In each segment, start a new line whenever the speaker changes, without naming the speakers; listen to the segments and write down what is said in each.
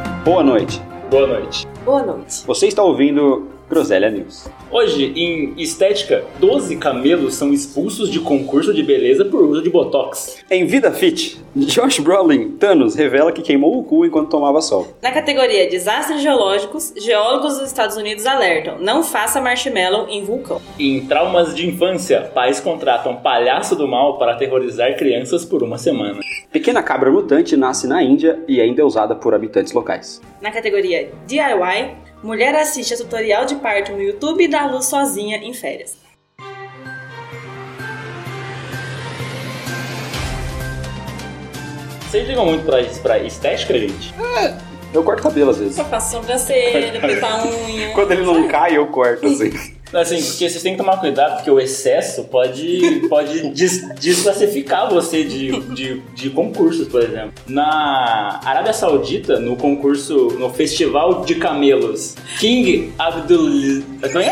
noite.
Boa noite.
Boa noite.
Você está ouvindo Groselha News.
Hoje, em estética, 12 camelos são expulsos de concurso de beleza por uso de botox.
Em Vida Fit, Josh Brolin, Thanos, revela que queimou o cu enquanto tomava sol.
Na categoria Desastres Geológicos, geólogos dos Estados Unidos alertam: não faça marshmallow em vulcão.
Em traumas de infância, pais contratam palhaço do mal para aterrorizar crianças por uma semana.
Pequena cabra mutante nasce na Índia e é endeusada por habitantes locais.
Na categoria DIY, mulher assiste a tutorial de parto no YouTube e dá luz sozinha em férias.
Vocês ligam muito pra, pra estética, gente?
Eu corto cabelo às vezes.
Só faço sobrancelha, pintar unha.
Quando ele não cai, eu corto assim.
Assim, porque vocês têm que tomar cuidado, porque o excesso pode, pode des- desclassificar você de, de, de concursos, por exemplo. Na Arábia Saudita, no concurso, no Festival de Camelos, King Abdul... Como é?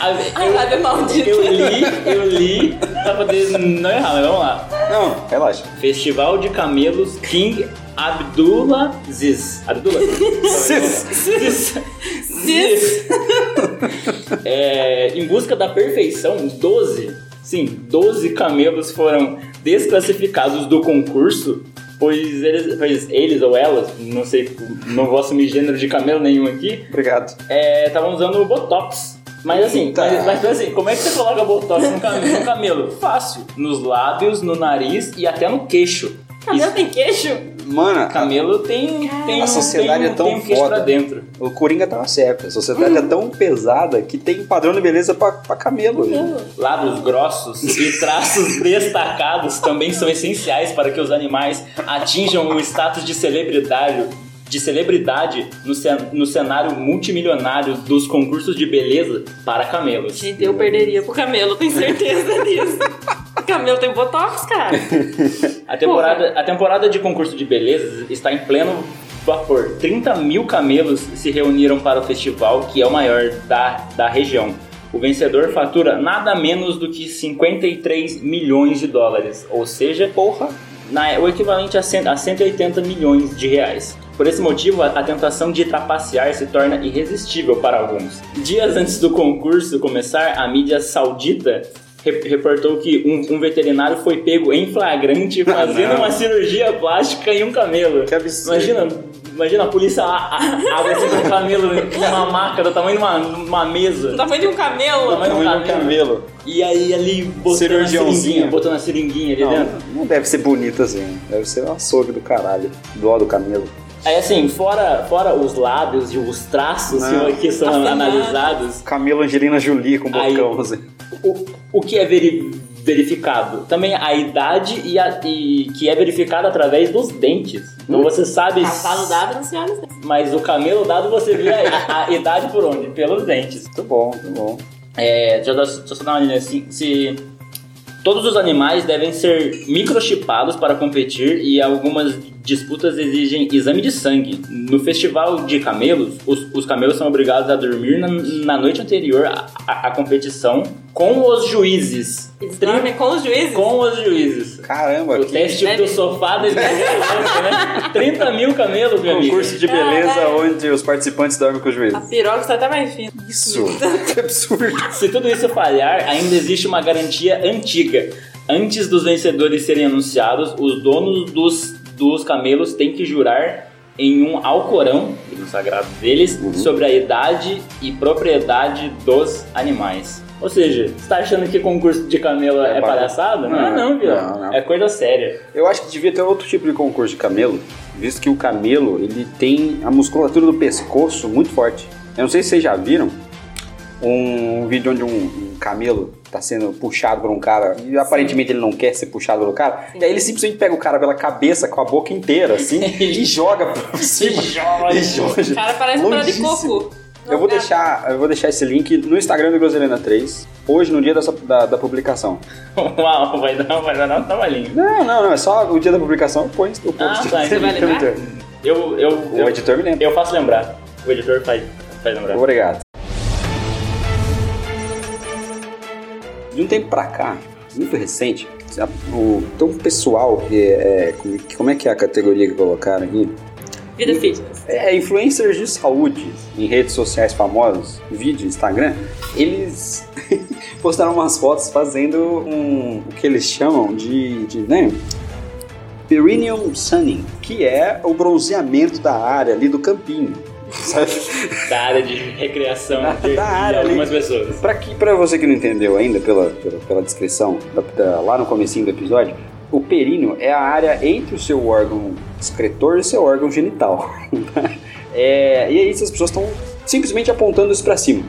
Ab-
Ai, lábio maldito.
Eu li, eu li, pra poder não errar, mas vamos lá.
Não, relaxa.
Festival de Camelos King Abdullah Ziz. Abdullah
Ziz.
Ziz. Ziz. É, em busca da perfeição, 12, sim, 12 camelos foram desclassificados do concurso, pois eles, pois eles ou elas, não sei, não vou assumir gênero de camelo nenhum aqui,
Obrigado.
estavam É, usando Botox. Mas assim,
Eita.
mas, mas assim, como é que você coloca Botox no camelo? No camelo? Fácil. Nos lábios, no nariz e até no queixo.
Cabelo tem queixo?
Mano, a-
Camelo tem, tem
A
um-
sociedade
tem, um-
é tão
tem um queixo
foda.
pra dentro.
o Coringa tava certo. A sociedade é tão pesada que tem padrão de beleza pra, pra camelo. gente.
Lábios grossos e traços destacados também são essenciais para que os animais atinjam o status de celebridade, de celebridade no, cen- no cenário multimilionário dos concursos de beleza para camelos.
Gente, eu perderia pro camelo, tenho certeza disso. Camelo tem botox, cara.
A temporada, a temporada de concurso de belezas está em pleno vapor. 30 mil camelos se reuniram para o festival, que é o maior da, da região. O vencedor fatura nada menos do que 53 milhões de dólares, ou seja,
Porra.
na- o equivalente a, cem- a 180 milhões de reais. Por esse motivo, a, a tentação de trapacear se torna irresistível para alguns. Dias antes do concurso começar, a mídia saudita re- reportou que um, um veterinário foi pego em flagrante fazendo
não.
uma cirurgia plástica em um camelo.
Que absurdo.
Imagina, imagina a polícia a- a- abre assim um camelo numa maca do tamanho de uma, uma mesa.
Do tamanho de um camelo.
Tamanho-
Tamanho de um camelo.
E aí ali botando a
Cirurgiãozinho.
seringuinha, botando a seringuinha ali dentro.
Não, não deve ser bonito assim. Deve ser um açougue do caralho. Dó do camelo.
Aí assim, fora, fora os lábios e os traços
Não.
que, que são
Afinado.
analisados,
Camelo Angelina Jolie com
Aí.
bocão. Assim.
o, o que é veri- verificado? Também a idade e, a- e que é verificada através dos dentes. Então você sabe.
Cavalo dado não se olha assim.
Mas o camelo dado você vê a, a idade por onde? Pelos dentes.
Muito bom, muito bom.
É, deixa eu dar- deixa eu só dar uma linha assim. Se, todos os animais devem ser microchipados para competir e algumas disputas exigem exame de sangue. No festival de camelos, os, os camelos são obrigados a dormir na, na noite anterior à, à- à competição com os juízes.
Eles
Trin-
dormem com os juízes.
Com os juízes.
Caramba,
O
que
teste
deve-
do sofá da né? 30 mil camelos, meu amigo.
concurso de beleza
Caralho.
onde os participantes dormem com os
A
juízes.
piroca está até mais fina.
Isso. que absurdo.
Se tudo isso falhar, ainda existe uma garantia antiga. Antes dos vencedores serem anunciados, os donos dos, dos camelos têm que jurar em um Alcorão, livro sagrado deles,
Uhum.
sobre a idade e propriedade dos animais. Ou seja, você tá achando que concurso de camelo é,
É bagun-
palhaçada? Não, é não, viu?
Não, não.
É coisa séria.
Eu acho que devia ter outro tipo de concurso de camelo, visto que o camelo ele tem a musculatura do pescoço muito forte. Eu não sei se vocês já viram um vídeo onde um, um camelo está sendo puxado por um cara e aparentemente ele não quer ser puxado pelo cara. E aí ele simplesmente pega o cara pela cabeça com a boca inteira assim e joga por cima.
joga.
E joga.
O cara parece um pé de
Longíssimo.
coco.
Eu vou, deixar, eu vou deixar esse link no Instagram do Groselina 3, hoje no dia dessa- da, da publicação.
Uau, vai dar, vai dar um trabalhinho.
Não, não, não, é só o dia da publicação, eu ponho eu ponho
Ah,
no
tá, você
vai lembrar?
Twitter.
Eu, eu,
O
eu,
editor me lembra.
eu faço lembrar. O editor faz, faz lembrar.
Obrigado. De um tempo pra cá, muito recente, a- um o, então o pessoal que é, é, como- Como é que é a categoria que colocaram aqui?
Vida fitness.
É, influencers de saúde em redes sociais famosas, vídeo, Instagram, eles postaram umas fotos fazendo um, o que eles chamam de, de né? Perineum Sunning, que é o bronzeamento da área ali do campinho. Sabe?
Da área de recreação
Da-
de,
da
de
área ali.
algumas pessoas.
Pra, que, pra você que não entendeu ainda pela, pela, pela descrição, da- da- lá no comecinho do episódio, o períneo é a área entre o seu órgão excretor e o seu órgão genital. É, e aí essas pessoas estão simplesmente apontando isso pra cima.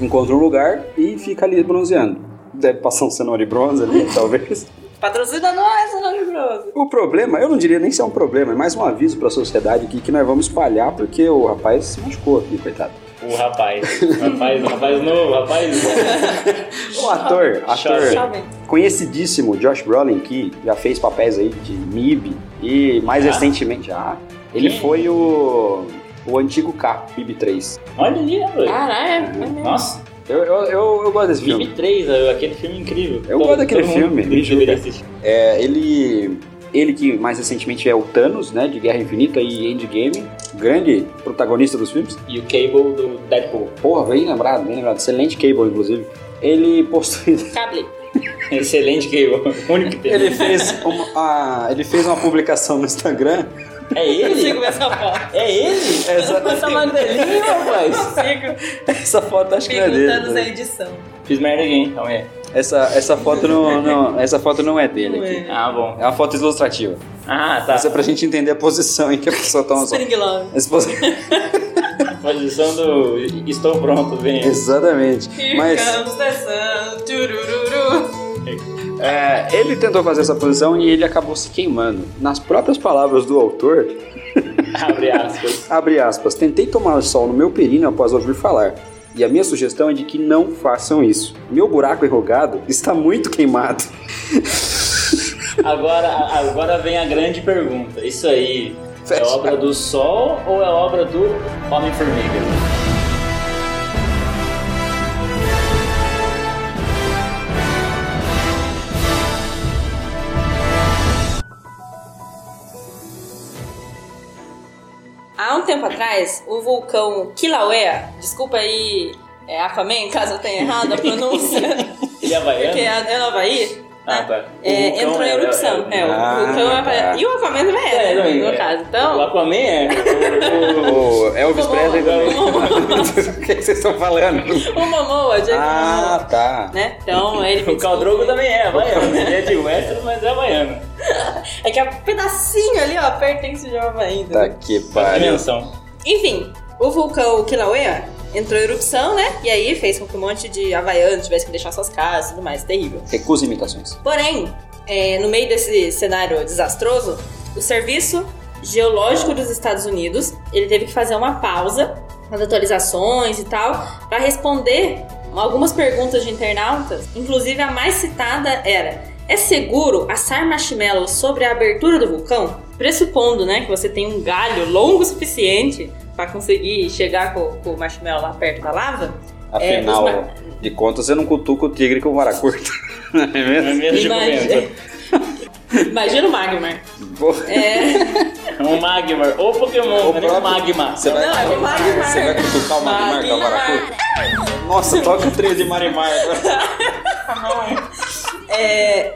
Encontra um lugar e fica ali bronzeando. Deve passar um cenoura e bronze ali, talvez.
Patrocina nós, né, Ronaldo Grosso.
O problema, eu não diria nem se é um problema, é mais um aviso pra sociedade aqui que nós vamos espalhar porque o rapaz se machucou aqui, coitado.
O rapaz. O rapaz, o rapaz novo, o rapaz.
O ator, ator.
Jovem.
conhecidíssimo Josh Brolin, que já fez papéis aí de MIB e mais
Já?
recentemente já. Ele
Quem?
foi o, o antigo K, MIB 3.
Olha ali, velho.
Caralho. é,
Nossa,
Eu, eu, eu, eu gosto desse filme.
filme 3, é, aquele filme incrível.
Eu gosto daquele
todo
filme,
mundo
me
deveria assistir.
É, ele, ele que mais recentemente é o Thanos, né, de Guerra Infinita e Endgame, grande protagonista dos filmes.
E o Cable do Deadpool.
Porra, bem lembrado, bem lembrado. Excelente Cable, inclusive. Ele postou,
Cable.
Excelente Cable. O único que tem.
ele fez uma, a- ele fez uma publicação no Instagram.
É
Eu
ele?
consigo ver essa foto.
É ele?
Essa,
Essa magrelinha,
Eu
rapaz.
consigo.
essa foto acho que não é dele.
Perguntando
tá?
na edição.
Fiz merda aqui, hein? então é.
Essa, essa, foto não, não- essa foto não é dele
Não
aqui.
é.
Ah, bom.
É uma foto ilustrativa.
Ah, tá.
Essa é pra gente entender a posição em que a pessoa tá toma sol.
Spring Love.
Essa posi-
Posição do Estou Pronto, venha.
Exatamente.
Here
Mas
comes the sun. Turururu.
é, ele tentou fazer essa posição e ele acabou se queimando. Nas próprias palavras do autor,
Abre aspas.
abre aspas, tentei tomar sol no meu períneo após ouvir falar. E a minha sugestão é de que não façam isso. Meu buraco enrugado está muito queimado.
Agora, agora vem a grande pergunta. Isso aí é
Fecha.
obra do sol ou é obra do Homem-Formiga?
Há um tempo atrás, o vulcão Kilauea, desculpa aí, é Aquaman, caso eu tenha errado a pronúncia,
Ele é havaiano?
porque é no Havaí,
Ah, tá.
é,
O vulcão
entrou em
é-
erupção. É, o
Ah,
vulcão é Havaí.
tá.
E o Aquaman também é,
não,
no caso.
O
Então,
Aquaman é. O, o-
Ô, Elvis
Como-
Presley
como-
também. o que que vocês estão falando?
o Momoa, Jacob
Ah,
Momoa,
tá.
né? Então, ele...
o Caldrogo também é havaiano. Ele é de Western, mas é havaiano.
É que é um pedacinho ali, ó, pertence de Havaí ainda. né?
Tá que
Pra
pariu.
dimensão.
Enfim, o vulcão Kilauea entrou em erupção, né? E aí fez com que um monte de havaianos tivesse que deixar suas casas e tudo mais, terrível.
Recusa imitações.
Porém, é, no meio desse cenário desastroso, o Serviço Geológico dos Estados Unidos ele teve que fazer uma pausa nas atualizações e tal para responder algumas perguntas de internautas. Inclusive a mais citada era: é seguro assar marshmallows sobre a abertura do vulcão? Pressupondo, né, que você tem um galho longo o suficiente para conseguir chegar com, com o marshmallow lá perto da lava. É,
Afinal
os
de contas, você não cutuca o tigre com vara curta. Não é
É
mesmo?
mesmo de
Imagina,
comento.
imagina o magmar.
Porra,
É.
Um Magmar. Ou Pokémon,
O
né? Um
próprio-
Magma.
Você vai,
Não, é o Marimar.
você vai cutucar o Marimar com a vara
Marimar.
curta? Nossa, toca o 3 de Marimar agora.
É,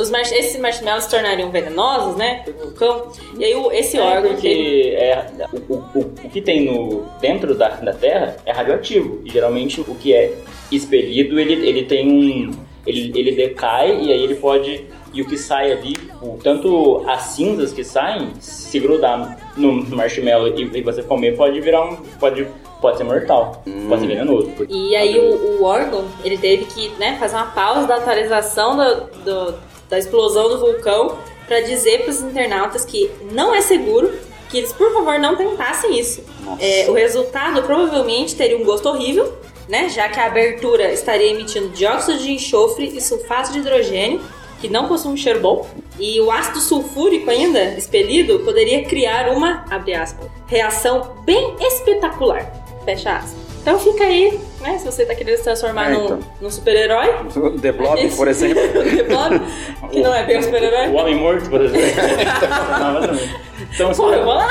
os marsh- esses marshmallows se tornariam venenosos, né? Pro vulcão. E aí o- esse órgão que ele-
que é, o, o, o que tem no dentro da, da Terra é radioativo e geralmente o que é expelido ele, ele tem um ele, ele decai e aí ele pode e o que sai ali o- tanto as cinzas que saem se grudar no marshmallow e, e você comer pode virar um pode pode ser mortal pode ser venenoso porque-
E aí o, o órgão, ele teve que né, fazer uma pausa da atualização do- do- da explosão do vulcão pra dizer pros internautas que não é seguro, que eles, por favor, não tentassem isso.
Nossa.
É, o resultado provavelmente teria um gosto horrível, né? Já que a abertura estaria emitindo dióxido de enxofre e sulfato de hidrogênio, que não possui um cheiro bom. E o ácido sulfúrico ainda, expelido, poderia criar uma, abre aspas, reação bem espetacular, fecha aspas. Então fica aí, né? Se você tá querendo se transformar
É,
num,
então.
num super-herói, é
The Blob, por exemplo.
que não é bem um
o
super-herói,
homem morto por exemplo Não, mas não. Então,
Pô, vamos lá.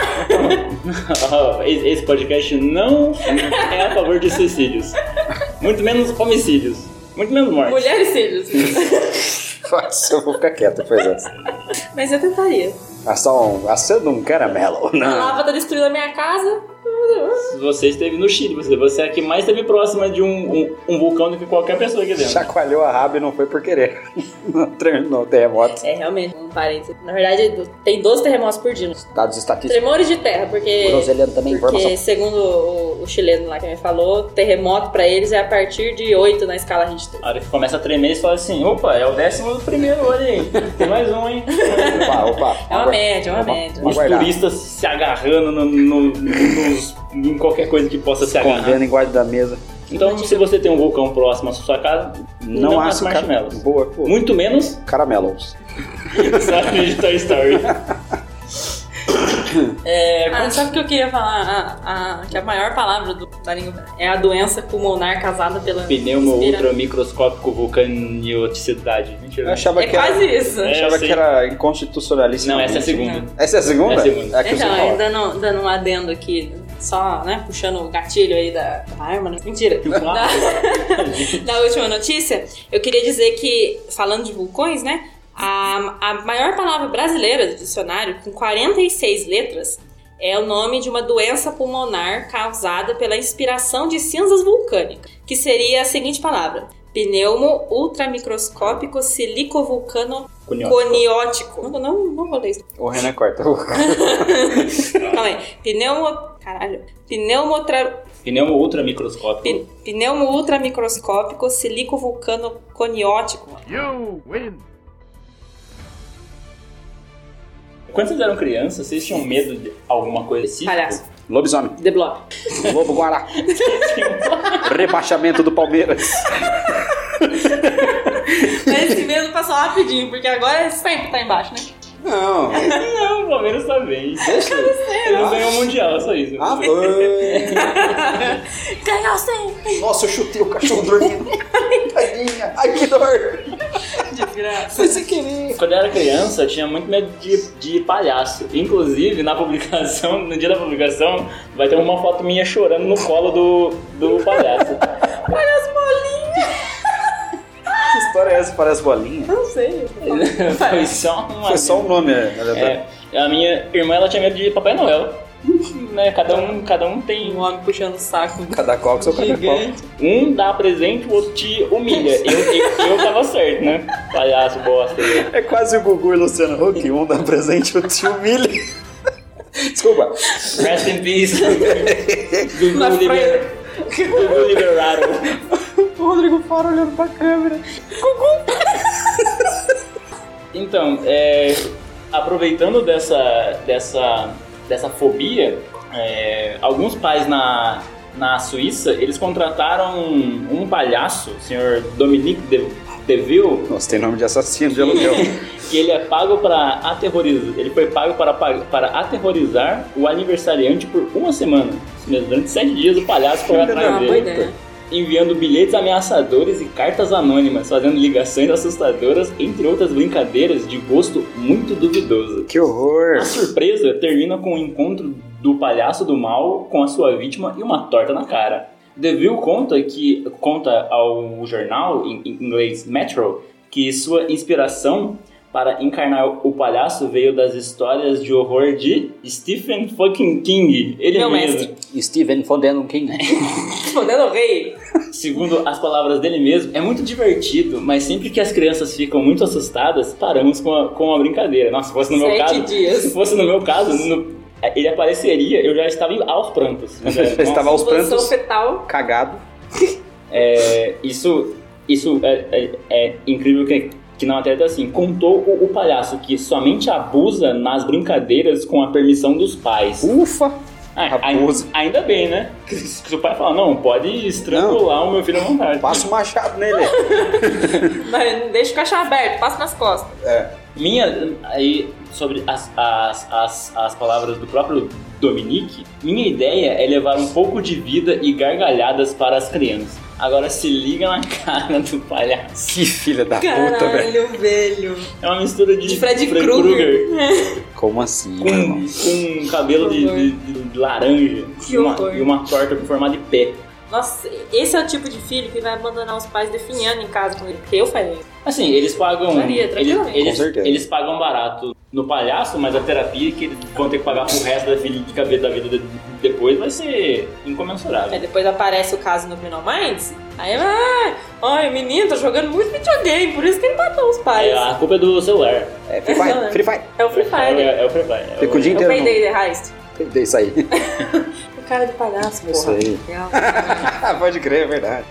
esse esse podcast não é a favor de suicídios. Muito menos homicídios. Muito menos mortes.
Mulheres cílios.
Nossa, eu vou ficar quieto depois dessa.
Mas eu tentaria.
Assar um, acenda um caramelo.
A
Não.
lava tá destruindo a minha casa.
Você esteve no Chile, você, você é a que mais esteve próxima de um, um, um vulcão do que qualquer pessoa aqui dentro.
Chacoalhou a raba e não foi por querer. No, tre- no terremoto.
É, realmente, um parênteses. Na verdade, tem 12 terremotos por dia.
Dados estatísticos.
Tremores de terra, porque...
Groselhando também, informação.
Porque, segundo o, o chileno lá que me falou, terremoto pra eles é a partir de 8 na escala Richter.
A hora que começa a tremer, você fala assim: opa, é o décimo do primeiro, olha aí. Tem mais um, hein?
Opa, opa.
É uma média, é uma média.
Os
Aguardar.
turistas se agarrando no, no- nos- em qualquer coisa que possa se agarrar.
Escondendo embaixo da mesa.
Então, se você tem um vulcão próximo à sua casa,
Não,
Não
aço
faço
car-
marshmallows.
Boa, pô.
muito menos,
Caramelos.
sabe de Toy Story. É,
Ah, sabe o que eu queria falar? A- a- que a maior palavra do, da língua é a doença pulmonar causada pela
pneuma
respira-
ultra microscópico vulcanioticidade. Mentira.
Eu achava
É
que era,
quase isso.
eu
É,
achava
eu sei.
que era inconstitucionalista.
Não, essa é a segunda.
Essa é a segunda?
É a segunda.
É a que você
Então,
fala.
dando, dando um adendo aqui, só, né, puxando o gatilho aí da, da arma, né? Mentira. da, da última notícia, eu queria dizer que, falando de vulcões, né, a, a maior palavra brasileira do dicionário, com 46 letras, é o nome de uma doença pulmonar causada pela inspiração de cinzas vulcânicas, que seria a seguinte palavra: pneumo ultramicroscópico silicovulcano coniótico. Não, não, não vou ler isso.
O Renan corta.
Calma aí. Pneumo. Caralho. Pneumotra...
Pneuma ultra microscópico.
pi- Pneumo ultramicroscópico silicovulcano coniótico.
You win.
Quando vocês eram crianças, vocês tinham medo de alguma coisa assim?
Palhaço.
Lobisomem.
The Block.
Lobo Guará. Rebaixamento do Palmeiras.
Mas esse medo passou rapidinho, porque agora sempre tá embaixo, né?
Não.
Não, o Palmeiras tá bem.
Deixa
Ele não ganhou o Mundial, só isso.
Ah, ai.
Ganhou sempre!
Nossa, eu chutei o cachorro dormindo. Tadinha. Ai, que dor.
Desgraça.
Foi sem querer.
Quando eu era criança, eu tinha muito medo de, de palhaço. Inclusive, na publicação, no dia da publicação, vai ter uma foto minha chorando no colo do, do palhaço.
Olha as bolinhas!
Que história é essa? Parece bolinha.
Não sei.
Foi só uma.
Foi só o nome, né?
É, a minha irmã ela tinha medo de Papai Noel. né? Cada um, cada um tem.
Um homem puxando o saco.
Cada é qual que seu cada qual.
Gigante. Um dá presente, o outro te humilha. Eu, eu, eu tava certo, né? Palhaço, bosta.
É quase o Gugu e Luciano Huck. Um dá presente, o tio humilha. Desculpa.
Rest in peace.
Na
Gugu liber- Gugu liberado.
O Rodrigo Faro olhando pra câmera.
Então, é, aproveitando dessa, dessa, dessa fobia, é, alguns pais na, na Suíça, eles contrataram um, um palhaço, o senhor Dominique de, Deville,
Nossa, tem nome de assassino de aluguel.
que ele é pago para aterrorizar, ele foi pago para, pa- para aterrorizar o aniversariante por uma semana. Isso mesmo, durante sete dias o palhaço foi
Filha da
atrás
Ah, boa
dele
ideia.
enviando bilhetes ameaçadores e cartas anônimas, fazendo ligações assustadoras, entre outras brincadeiras de gosto muito duvidoso.
que horror.
A surpresa termina com o encontro do palhaço do mal com a sua vítima e uma torta na cara. Deville conta que conta ao jornal em em inglês Metro que sua inspiração para encarnar o palhaço veio das histórias de horror de Stephen fucking King. Ele
Meu
mesmo.
mestre.
Steven Fondeno King.
Respondendo ao rei.
Segundo as palavras dele mesmo, é muito divertido, mas sempre que as crianças ficam muito assustadas, paramos com a, com a brincadeira. Nossa, se fosse no meu
Sete
caso.
dias.
Se fosse no meu caso, no- ele apareceria, eu já estava em- aos prantos. Né?
Já estava aos
Posição
prantos.
fetal.
Cagado.
É, isso isso é, é- é incrível que, que na matéria tá assim. Contou o, o palhaço que somente abusa nas brincadeiras com a permissão dos pais.
Ufa.
Ah,
abusa.
ai- ainda bem, né? Que, se o pai fala, não, pode estrangular o meu filho à vontade.
Passa o machado nele.
Mas Deixa o caixão aberto, passa nas costas.
É.
Minha. Aí, sobre as, as, as, as palavras do próprio Dominique, minha ideia é levar um pouco de vida e gargalhadas para as crianças. Agora se liga na cara do palhaço.
Que filha da puta, velho.
Caralho, velho.
É uma mistura de,
De Fred Krueger.
Como assim, meu irmão?
com, com um cabelo de, de- de laranja
Que
e uma,
horror.
e uma torta com formato de pé.
Nossa, esse é o tipo de filho que vai abandonar os pais definhando em casa com ele. Porque eu faria. isso.
Assim, eles pagam.
Faria,
eles,
tranquilamente.
eles-
Com certeza.
eles pagam barato no palhaço, mas a terapia que eles vão ter que pagar pro resto da vida, de cabeça da vida de- depois vai ser incomensurável.
Aí depois aparece o caso no Criminal Minds. Aí, ah, olha, o menino tá jogando muito videogame, por isso que ele matou os pais.
É, a culpa é do celular.
É Free Fire, Free Fire.
É o Free Fire.
É, é o Free Fire. É
Fica o
o-
dia
É o
inteiro.
Payday The Heist.
no- É Isso aí.
O cara de palhaço, porra.
Isso aí.
Legal.
Pode crer, é verdade.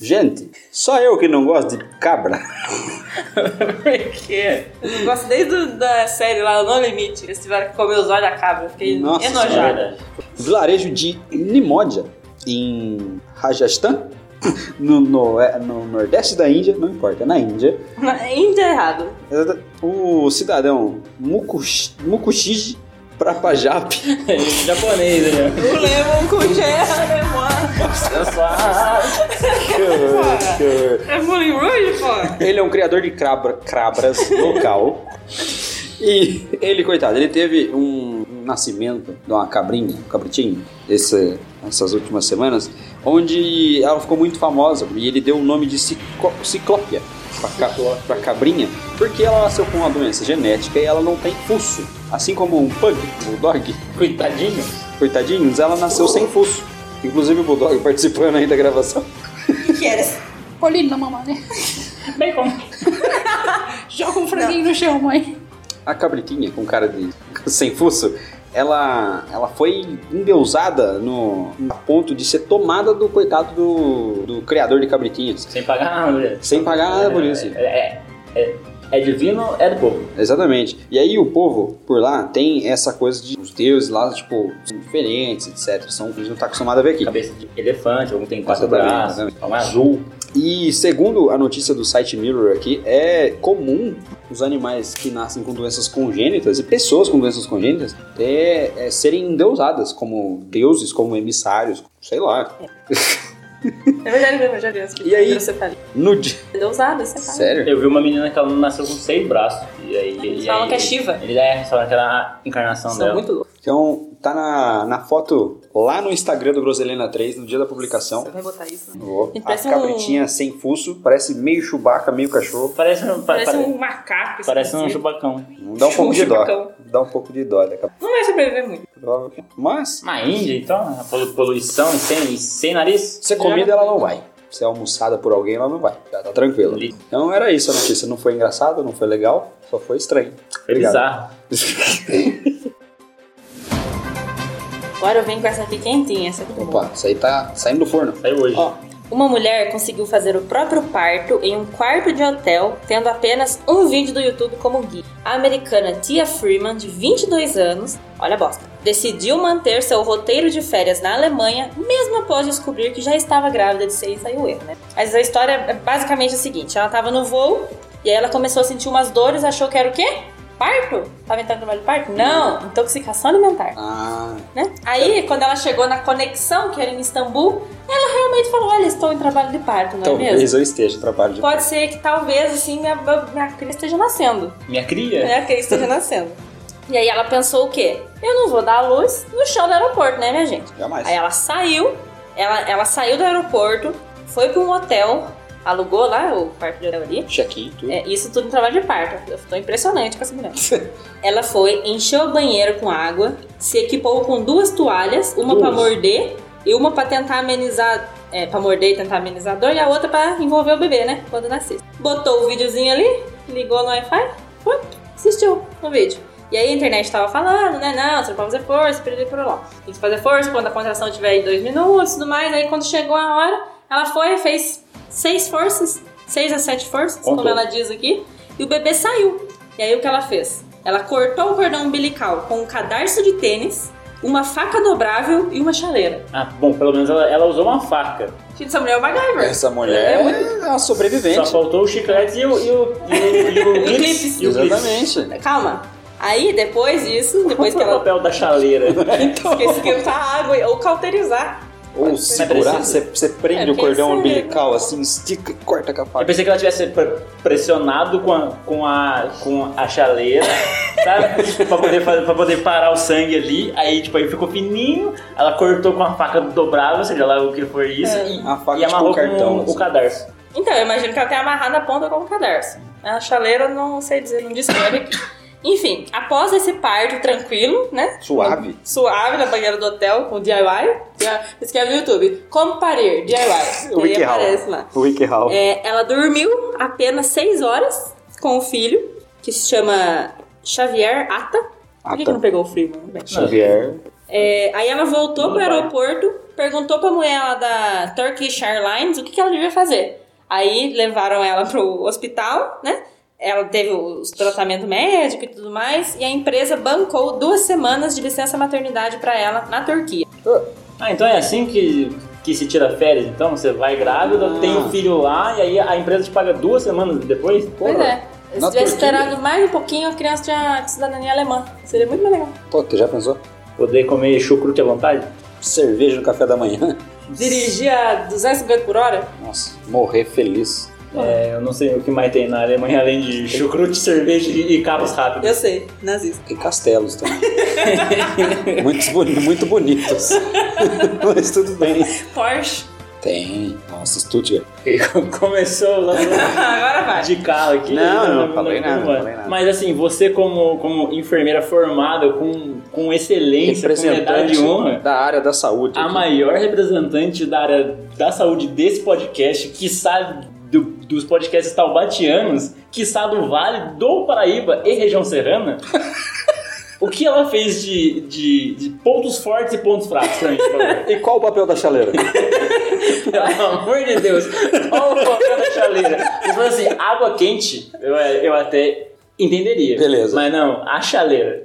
Gente, só eu que não gosto de cabra.
Por quê?
Eu gosto desde o- da série lá, o No Limite. Eles tiveram que comer os olhos da cabra. Eu Fiquei
Nossa
enojada.
Senhora.
Vilarejo de Limódia, em Rajasthan, no, no- é, no nordeste da Índia, não importa, é na Índia.
Ainda é errado.
O cidadão Mukush- Mukushige Prapajap
É japonês, né?
Eu lembro com o é memória.
Eu só-
É Moulin Rouge, pô.
Ele é um criador de crabra- crabras local. E ele, coitado, ele teve um nascimento de uma cabrinha, um cabritinho, esse- essas últimas semanas, onde ela ficou muito famosa e ele deu o nome de ciclo, ciclópia pra, ca- pra cabrinha, porque ela nasceu com uma doença genética e ela não tem fuso. Assim como um pug, um bulldog,
Coitadinho.
coitadinhos, ela nasceu sem fuso. Inclusive o bulldog participando aí da gravação.
Que era
Colírio na mamãe, né?
Bem como.
Joga um franguinho no chão, mãe.
a cabritinha com cara de sem fuso, ela, ela foi endeusada no, a ponto de ser tomada do coitado do, do criador de cabritinhas.
Sem pagar nada, né?
Sem pagar nada por isso.
É, é, é, é divino, é do povo.
Exatamente. E aí o povo por lá tem essa coisa de os deuses lá, tipo, são diferentes, etc. São, a gente não tá acostumado a ver aqui.
Cabeça de elefante, algum tem quatro
Exatamente,
braços,
exatamente.
é um azul.
E segundo a notícia do site Mirror aqui, é comum os animais que nascem com doenças congênitas e pessoas com doenças congênitas é, é, serem endeusadas como deuses, como emissários, sei lá.
É verdade mesmo, eu já vi as
E aí?
Você fala,
No dia...
é usado, você fala.
Sério?
Eu vi uma menina que ela nasceu com seis braços. E aí,
Eles
e
falam
aí-
que é Shiva.
Ele é, falam que era a encarnação
São
dela.
muito loucos.
Então, tá na, na foto lá no Instagram do Groselena 3, no dia da
Você
publicação.
vai botar isso. né?
Ó,
Ele
A
parece um-
cabritinha sem fuço, parece meio chubaca, meio cachorro.
Parece, um- pa-
Parece
pare-
um macaco.
parece um
esquisito.
chubacão.
Dá um pouco de dó.
Chubacão.
Dá um pouco de dó. né?
Não vai sobreviver muito.
Provável. Mas,
Na Índia, então, a polu- poluição e sem, e sem nariz.
se é comida, ela não vai. Se é almoçada por alguém, ela não vai. Já tá tranquila.
Li-
Então era isso a notícia. Não foi engraçado, não foi legal, só foi estranho.
Foi
Obrigado.
bizarro.
Agora eu venho com essa aqui quentinha. Essa aqui.
Opa, isso aí tá saindo do forno.
Saiu hoje.
Ó,
Uma mulher conseguiu fazer o próprio parto em um quarto de hotel, tendo apenas um vídeo do YouTube como guia. A americana Tia Freeman, de 22 anos, olha a bosta, decidiu manter seu roteiro de férias na Alemanha, mesmo após descobrir que já estava grávida de seis saiu erro, né? Mas a história é basicamente a seguinte: ela estava no voo e aí ela começou a sentir umas dores, achou que era o quê? Parto? Tava entrando no trabalho de parto? Não, intoxicação alimentar
Ah,
né? Aí, quando ela chegou na conexão, que era em Istambul, ela realmente falou: Olha, estou em trabalho de parto, não é mesmo?
talvez eu esteja trabalho de
Pode ser que talvez, assim, minha, minha filha esteja nascendo.
Minha cria?
Né? Que esteja nascendo. E aí ela pensou o quê? Eu não vou dar a luz no chão do aeroporto, né, minha gente?
Jamais.
Aí ela saiu, ela, ela saiu do aeroporto, foi para um hotel, alugou lá o parque de hotel ali.
Check-in, tudo.
É, isso tudo em trabalho de parto. Eu tô impressionante com essa mulher. ela foi, encheu o banheiro com água, se equipou com duas toalhas, uma pra
Duas?
morder e uma pra tentar amenizar. É, pra morder e tentar amenizar a dor, e a outra pra envolver o bebê, né? Quando nascesse. Botou o videozinho ali, ligou no Wi-Fi, foi, assistiu no vídeo. E aí a internet tava falando, né? Não, você não pode fazer força, piriri, lá. Tem que fazer força quando a contração tiver em dois minutos e tudo mais. Aí quando chegou a hora, ela foi e fez seis forças, seis a sete forças, como
Contou.
ela diz aqui, e o bebê saiu. E aí o que ela fez? Ela cortou o cordão umbilical com um cadarço de tênis, uma faca dobrável e uma chaleira.
Ah, bom, pelo menos ela, ela usou uma faca.
Gente, essa mulher é o MacGyver.
Essa mulher
É
é,
muito-
uma sobrevivente.
Só faltou o chiclete e o. E o. E o. E o.
E o
clips.
clips.
E o clips.
Exatamente.
Calma. Aí, depois disso,
Qual
depois que
foi o
ela
papel da chaleira?
esqueci que botar água ou cauterizar.
Ou segurar,
precisa.
você, você prende
É,
o cordão
pensa-
umbilical assim, estica e corta com a
Eu
faca.
pensei que ela tivesse pre- pressionado com a, com a, com a chaleira, sabe? Tipo, pra, poder fazer, pra poder parar o sangue ali. Aí, tipo, aí ficou fininho. Ela cortou com a faca dobrável, ou seja, lá o que foi isso. E,
A faca
e
tipo
amarrou
um cartão.
com
assim.
o cadarço.
Então, eu imagino que ela tenha amarrado a ponta com um cadarço. A chaleira, não sei dizer, não descreve aqui. Enfim, após esse parto tranquilo, né?
Suave.
Suave na banheira do hotel, com DIY. Escreve no YouTube. Como parir, DIY.
O
E aí
Wiki Hall.
aparece lá.
O Wiki Hall.
É, ela dormiu apenas 6 horas com o filho, que se chama Xavier Ata. Por que,
Ata.
que não pegou o frio, mano? Bem.
Xavier.
É, aí ela voltou
Não
pro
vai.
aeroporto, perguntou pra mulher lá da Turkish Airlines o que, que ela devia fazer. Aí levaram ela pro hospital, né? Ela teve o tratamento médico e tudo mais, e a empresa bancou duas semanas de licença maternidade pra ela na Turquia.
Ah, então é assim que, que se tira férias, então? Você vai grávida,
Ah.
tem um filho lá, e aí a empresa te paga duas semanas depois?
Pois
Porra.
é. Se
na
tivesse
Turquia?
esperado mais um pouquinho, a criança tinha cidadania alemã. Seria muito mais legal.
Pô, tu já pensou?
Poder comer chucrute à vontade?
Cerveja no café da manhã?
Dirigia 250 por hora?
Nossa, morrer feliz.
É, eu não sei o que mais tem na Alemanha além de chucrute, cerveja e e capas rápidas.
Eu sei, nazista.
E castelos também. Muitos boni- muito bonitos. Mas tudo bem.
Porsche.
Tem. Nossa, Stuttgart.
E Começou lá
Agora vai.
de carro aqui.
Não, não, falei nada, não falei nada.
Mas assim, você como, como enfermeira formada, com, com excelência, com medalha de honra,
da área da saúde.
a
aqui.
maior representante da área da saúde desse podcast, que sabe do- dos podcasts taubatianos, que sabe do Vale, do Paraíba e região serrana, o que ela fez de, de, de pontos fortes e pontos fracos pra mim, por favor?
E qual o papel da chaleira?
Pelo amor de Deus, olha o papel da chaleira. Se fosse assim, água quente, eu, eu até entenderia.
Beleza.
Mas não, a chaleira.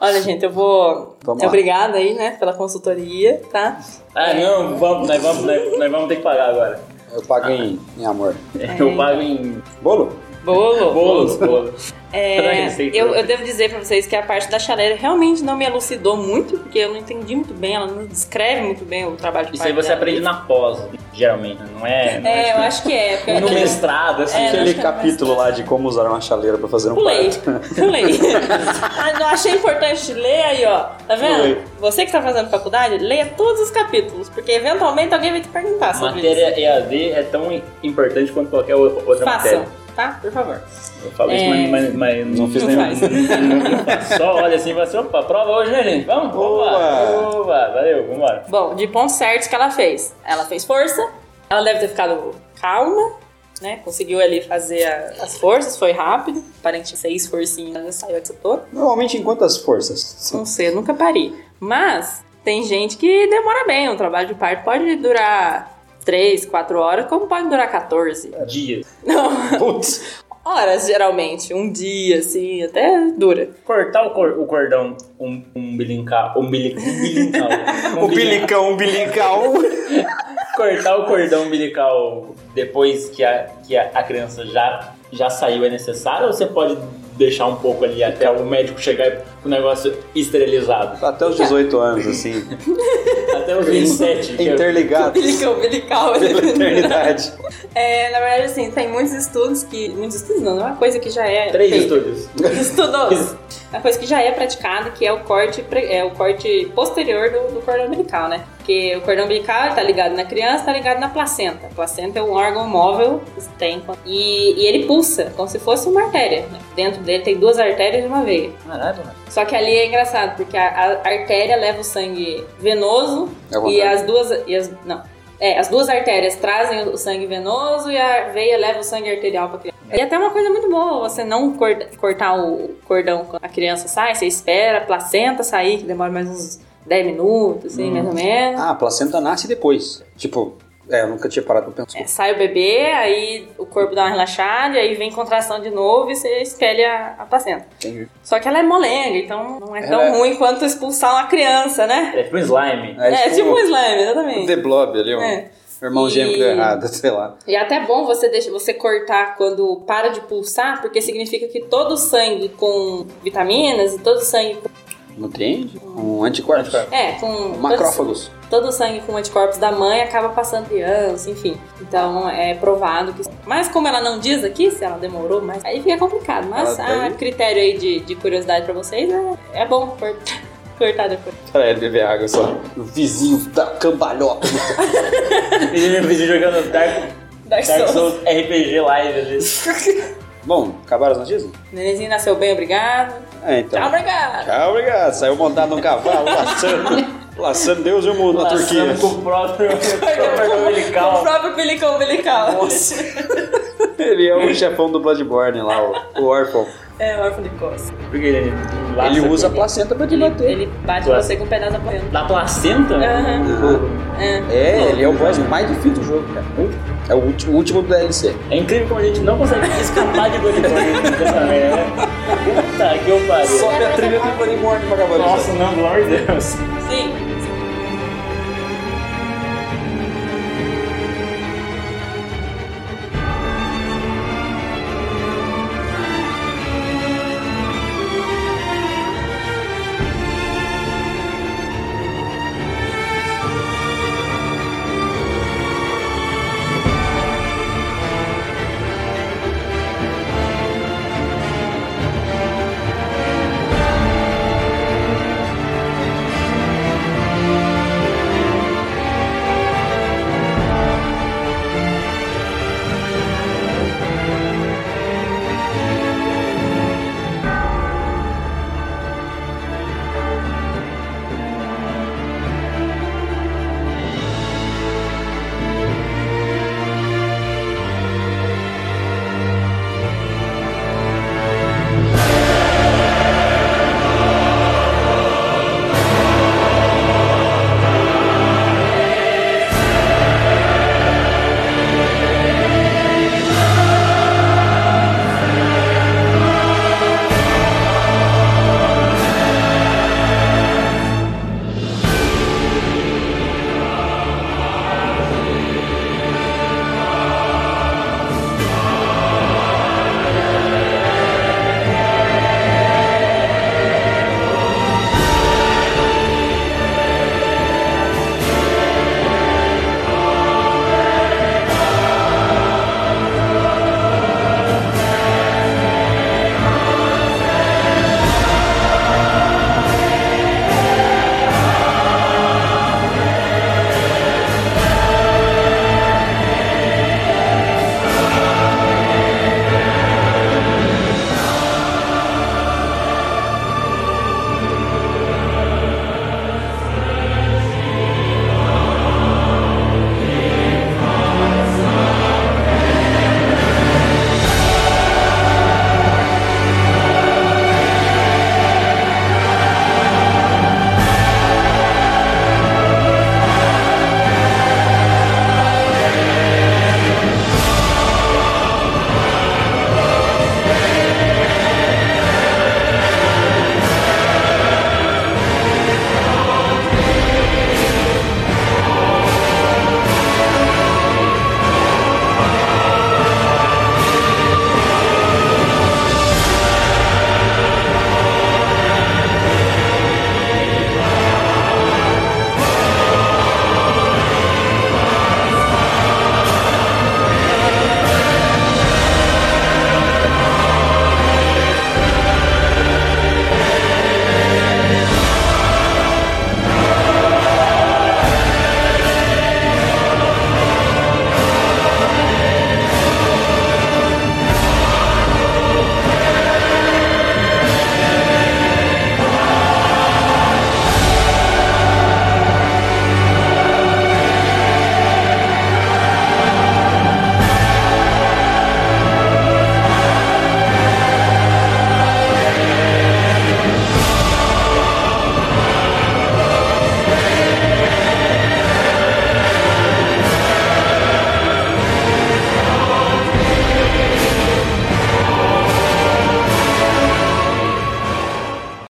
Olha, gente, eu vou.
Vamos lá.
Obrigada aí, né, pela consultoria, tá?
Ah, não, vamos, nós, vamos, nós, nós vamos ter que pagar agora.
Eu pago em, em amor.
Eu pago em
Bolo?
Bolo.
bolos, bolos.
É,
Receita.
eu, eu devo dizer pra vocês que a parte da chaleira realmente não me elucidou muito, porque eu não entendi muito bem, ela não descreve muito bem o trabalho de
Isso aí
parto
você
dela.
aprende na pós, geralmente, não é? Não
É,
tipo,
eu acho que é. porque eu-
No mestrado, assim,
É,
que
não-
ele-
Aquele capítulo lá de como usar uma chaleira pra fazer um
Pulei,
parto.
pulei. ah, não achei importante ler aí, ó. Tá vendo?
Pulei.
Você que tá fazendo faculdade, leia todos os capítulos, porque eventualmente alguém vai te perguntar
a
sobre isso.
matéria EAD é tão importante quanto qualquer o- outra
Façam,
matéria.
tá? Por favor.
Eu falo isso,
É.
mas, mas, mas
Não fiz
Não
nenhum.
faz.
Só olha assim e fala assim, opa, prova hoje, né, gente? Vamos?
Boa.
Opa, opa, valeu, vambora.
Bom, de ponto certo que ela fez. Ela fez força, ela deve ter ficado calma, né? Conseguiu ali fazer a- as forças, foi rápido. Aparentemente seis forcinhas, ela né? saiu aqui toda.
Normalmente em quantas forças?
Não sei, eu nunca parei. Mas tem gente que demora bem. O trabalho de parto pode durar três, quatro horas, como pode durar 14.
dias.
Não,
Putz.
horas geralmente, um dia, assim, até dura.
Cortar o, cor- o cordão um, umbilical. umbilic- Umbilical.
Um
umbilical.
Umbilicão, umbilical.
Cortar o cordão umbilical depois que a, que a, a criança já, já saiu é necessário ou você pode deixar um pouco ali até o médico chegar com o negócio esterilizado?
Até os 18 anos, assim.
Até os 27. que é eu-
Interligado.
Umbilical, umbilical.
Pela eternidade.
um É, na verdade, assim, tem muitos estudos que. Muitos estudos não, é uma coisa que já é.
Três
feita.
estúdios.
Estudos. Uma coisa que já é praticada, que é o corte, pre- é o corte posterior do, do cordão umbilical, né? Porque o cordão umbilical tá ligado na criança, tá ligado na placenta. A placenta é um órgão móvel que se tem, e, e ele pulsa, como se fosse uma artéria. né? Dentro dele tem duas artérias e uma veia.
Caralho, mano.
Só que ali é engraçado, porque a, a artéria leva o sangue venoso
É o
e
contrário.
as duas. E as, não. É, as duas artérias trazem o sangue venoso e a veia leva o sangue arterial pra criança. E é até uma coisa muito boa, você não corda- cortar o cordão quando a criança sai, você espera a placenta sair, que demora mais uns 10 minutos, assim, mais ou menos.
Ah, a placenta nasce depois. Tipo, É, eu nunca tinha parado pra pensar.
É, sai o bebê, aí o corpo dá uma relaxada, e aí vem contração de novo e você expele a, a placenta.
Entendi.
Só que ela é molenga, então não é tão
Ela é-
ruim quanto expulsar uma criança, né?
É tipo um slime.
É, tipo um slime, exatamente.
o The Blob ali, ó.
É.
Irmão
E-
gêmeo deu errado, sei lá.
E é até bom você deixa, você cortar quando para de pulsar, porque significa que todo o sangue com vitaminas e todo o sangue com,
Não entende? Um anticorpo.
é, com
Um
todo,
Macrófagos.
todo o sangue com anticorpos da mãe acaba passando criança, enfim. Então é provado que mas como ela não diz aqui se ela demorou, mas aí fica complicado, mas
Ela daí-
a critério aí de, de curiosidade pra vocês é, é bom cor- cortar depois.
Cara, ele beber água só. O vizinho da cambalhota.
Vizinho vizinho jogando Dark,
É
Dark
Dark Souls.
Souls RPG live ali.
Bom, acabaram as notícias?
O Nenenzinho nasceu bem, obrigado.
É, então.
Tchau, obrigado.
Ah, obrigado. Saiu montado num cavalo, laçando, laçando Deus e o mundo na Turquia.
Passando Com o próprio, com o próprio
O
umbilical.
próprio pelicão umbilical.
Ele é o chefão do Bloodborne lá, o, o órfão.
É, órfão de costa.
Porque ele, laça
Ele usa a
com-
placenta pra te
Ele,
bater.
ele bate
Claro.
você com um pedaço da planta.
Da placenta?
Aham.
É, ele é o boss mais difícil do jogo, cara. É o último, o último do DLC.
É incrível como a gente não consegue escapar de Bloodborne dessa merda. né? Puta que eu pariu.
Sobe a trilha do Bloodborne pra acabar né? o jogo.
Nossa, não, pelo amor de Deus.
Sim.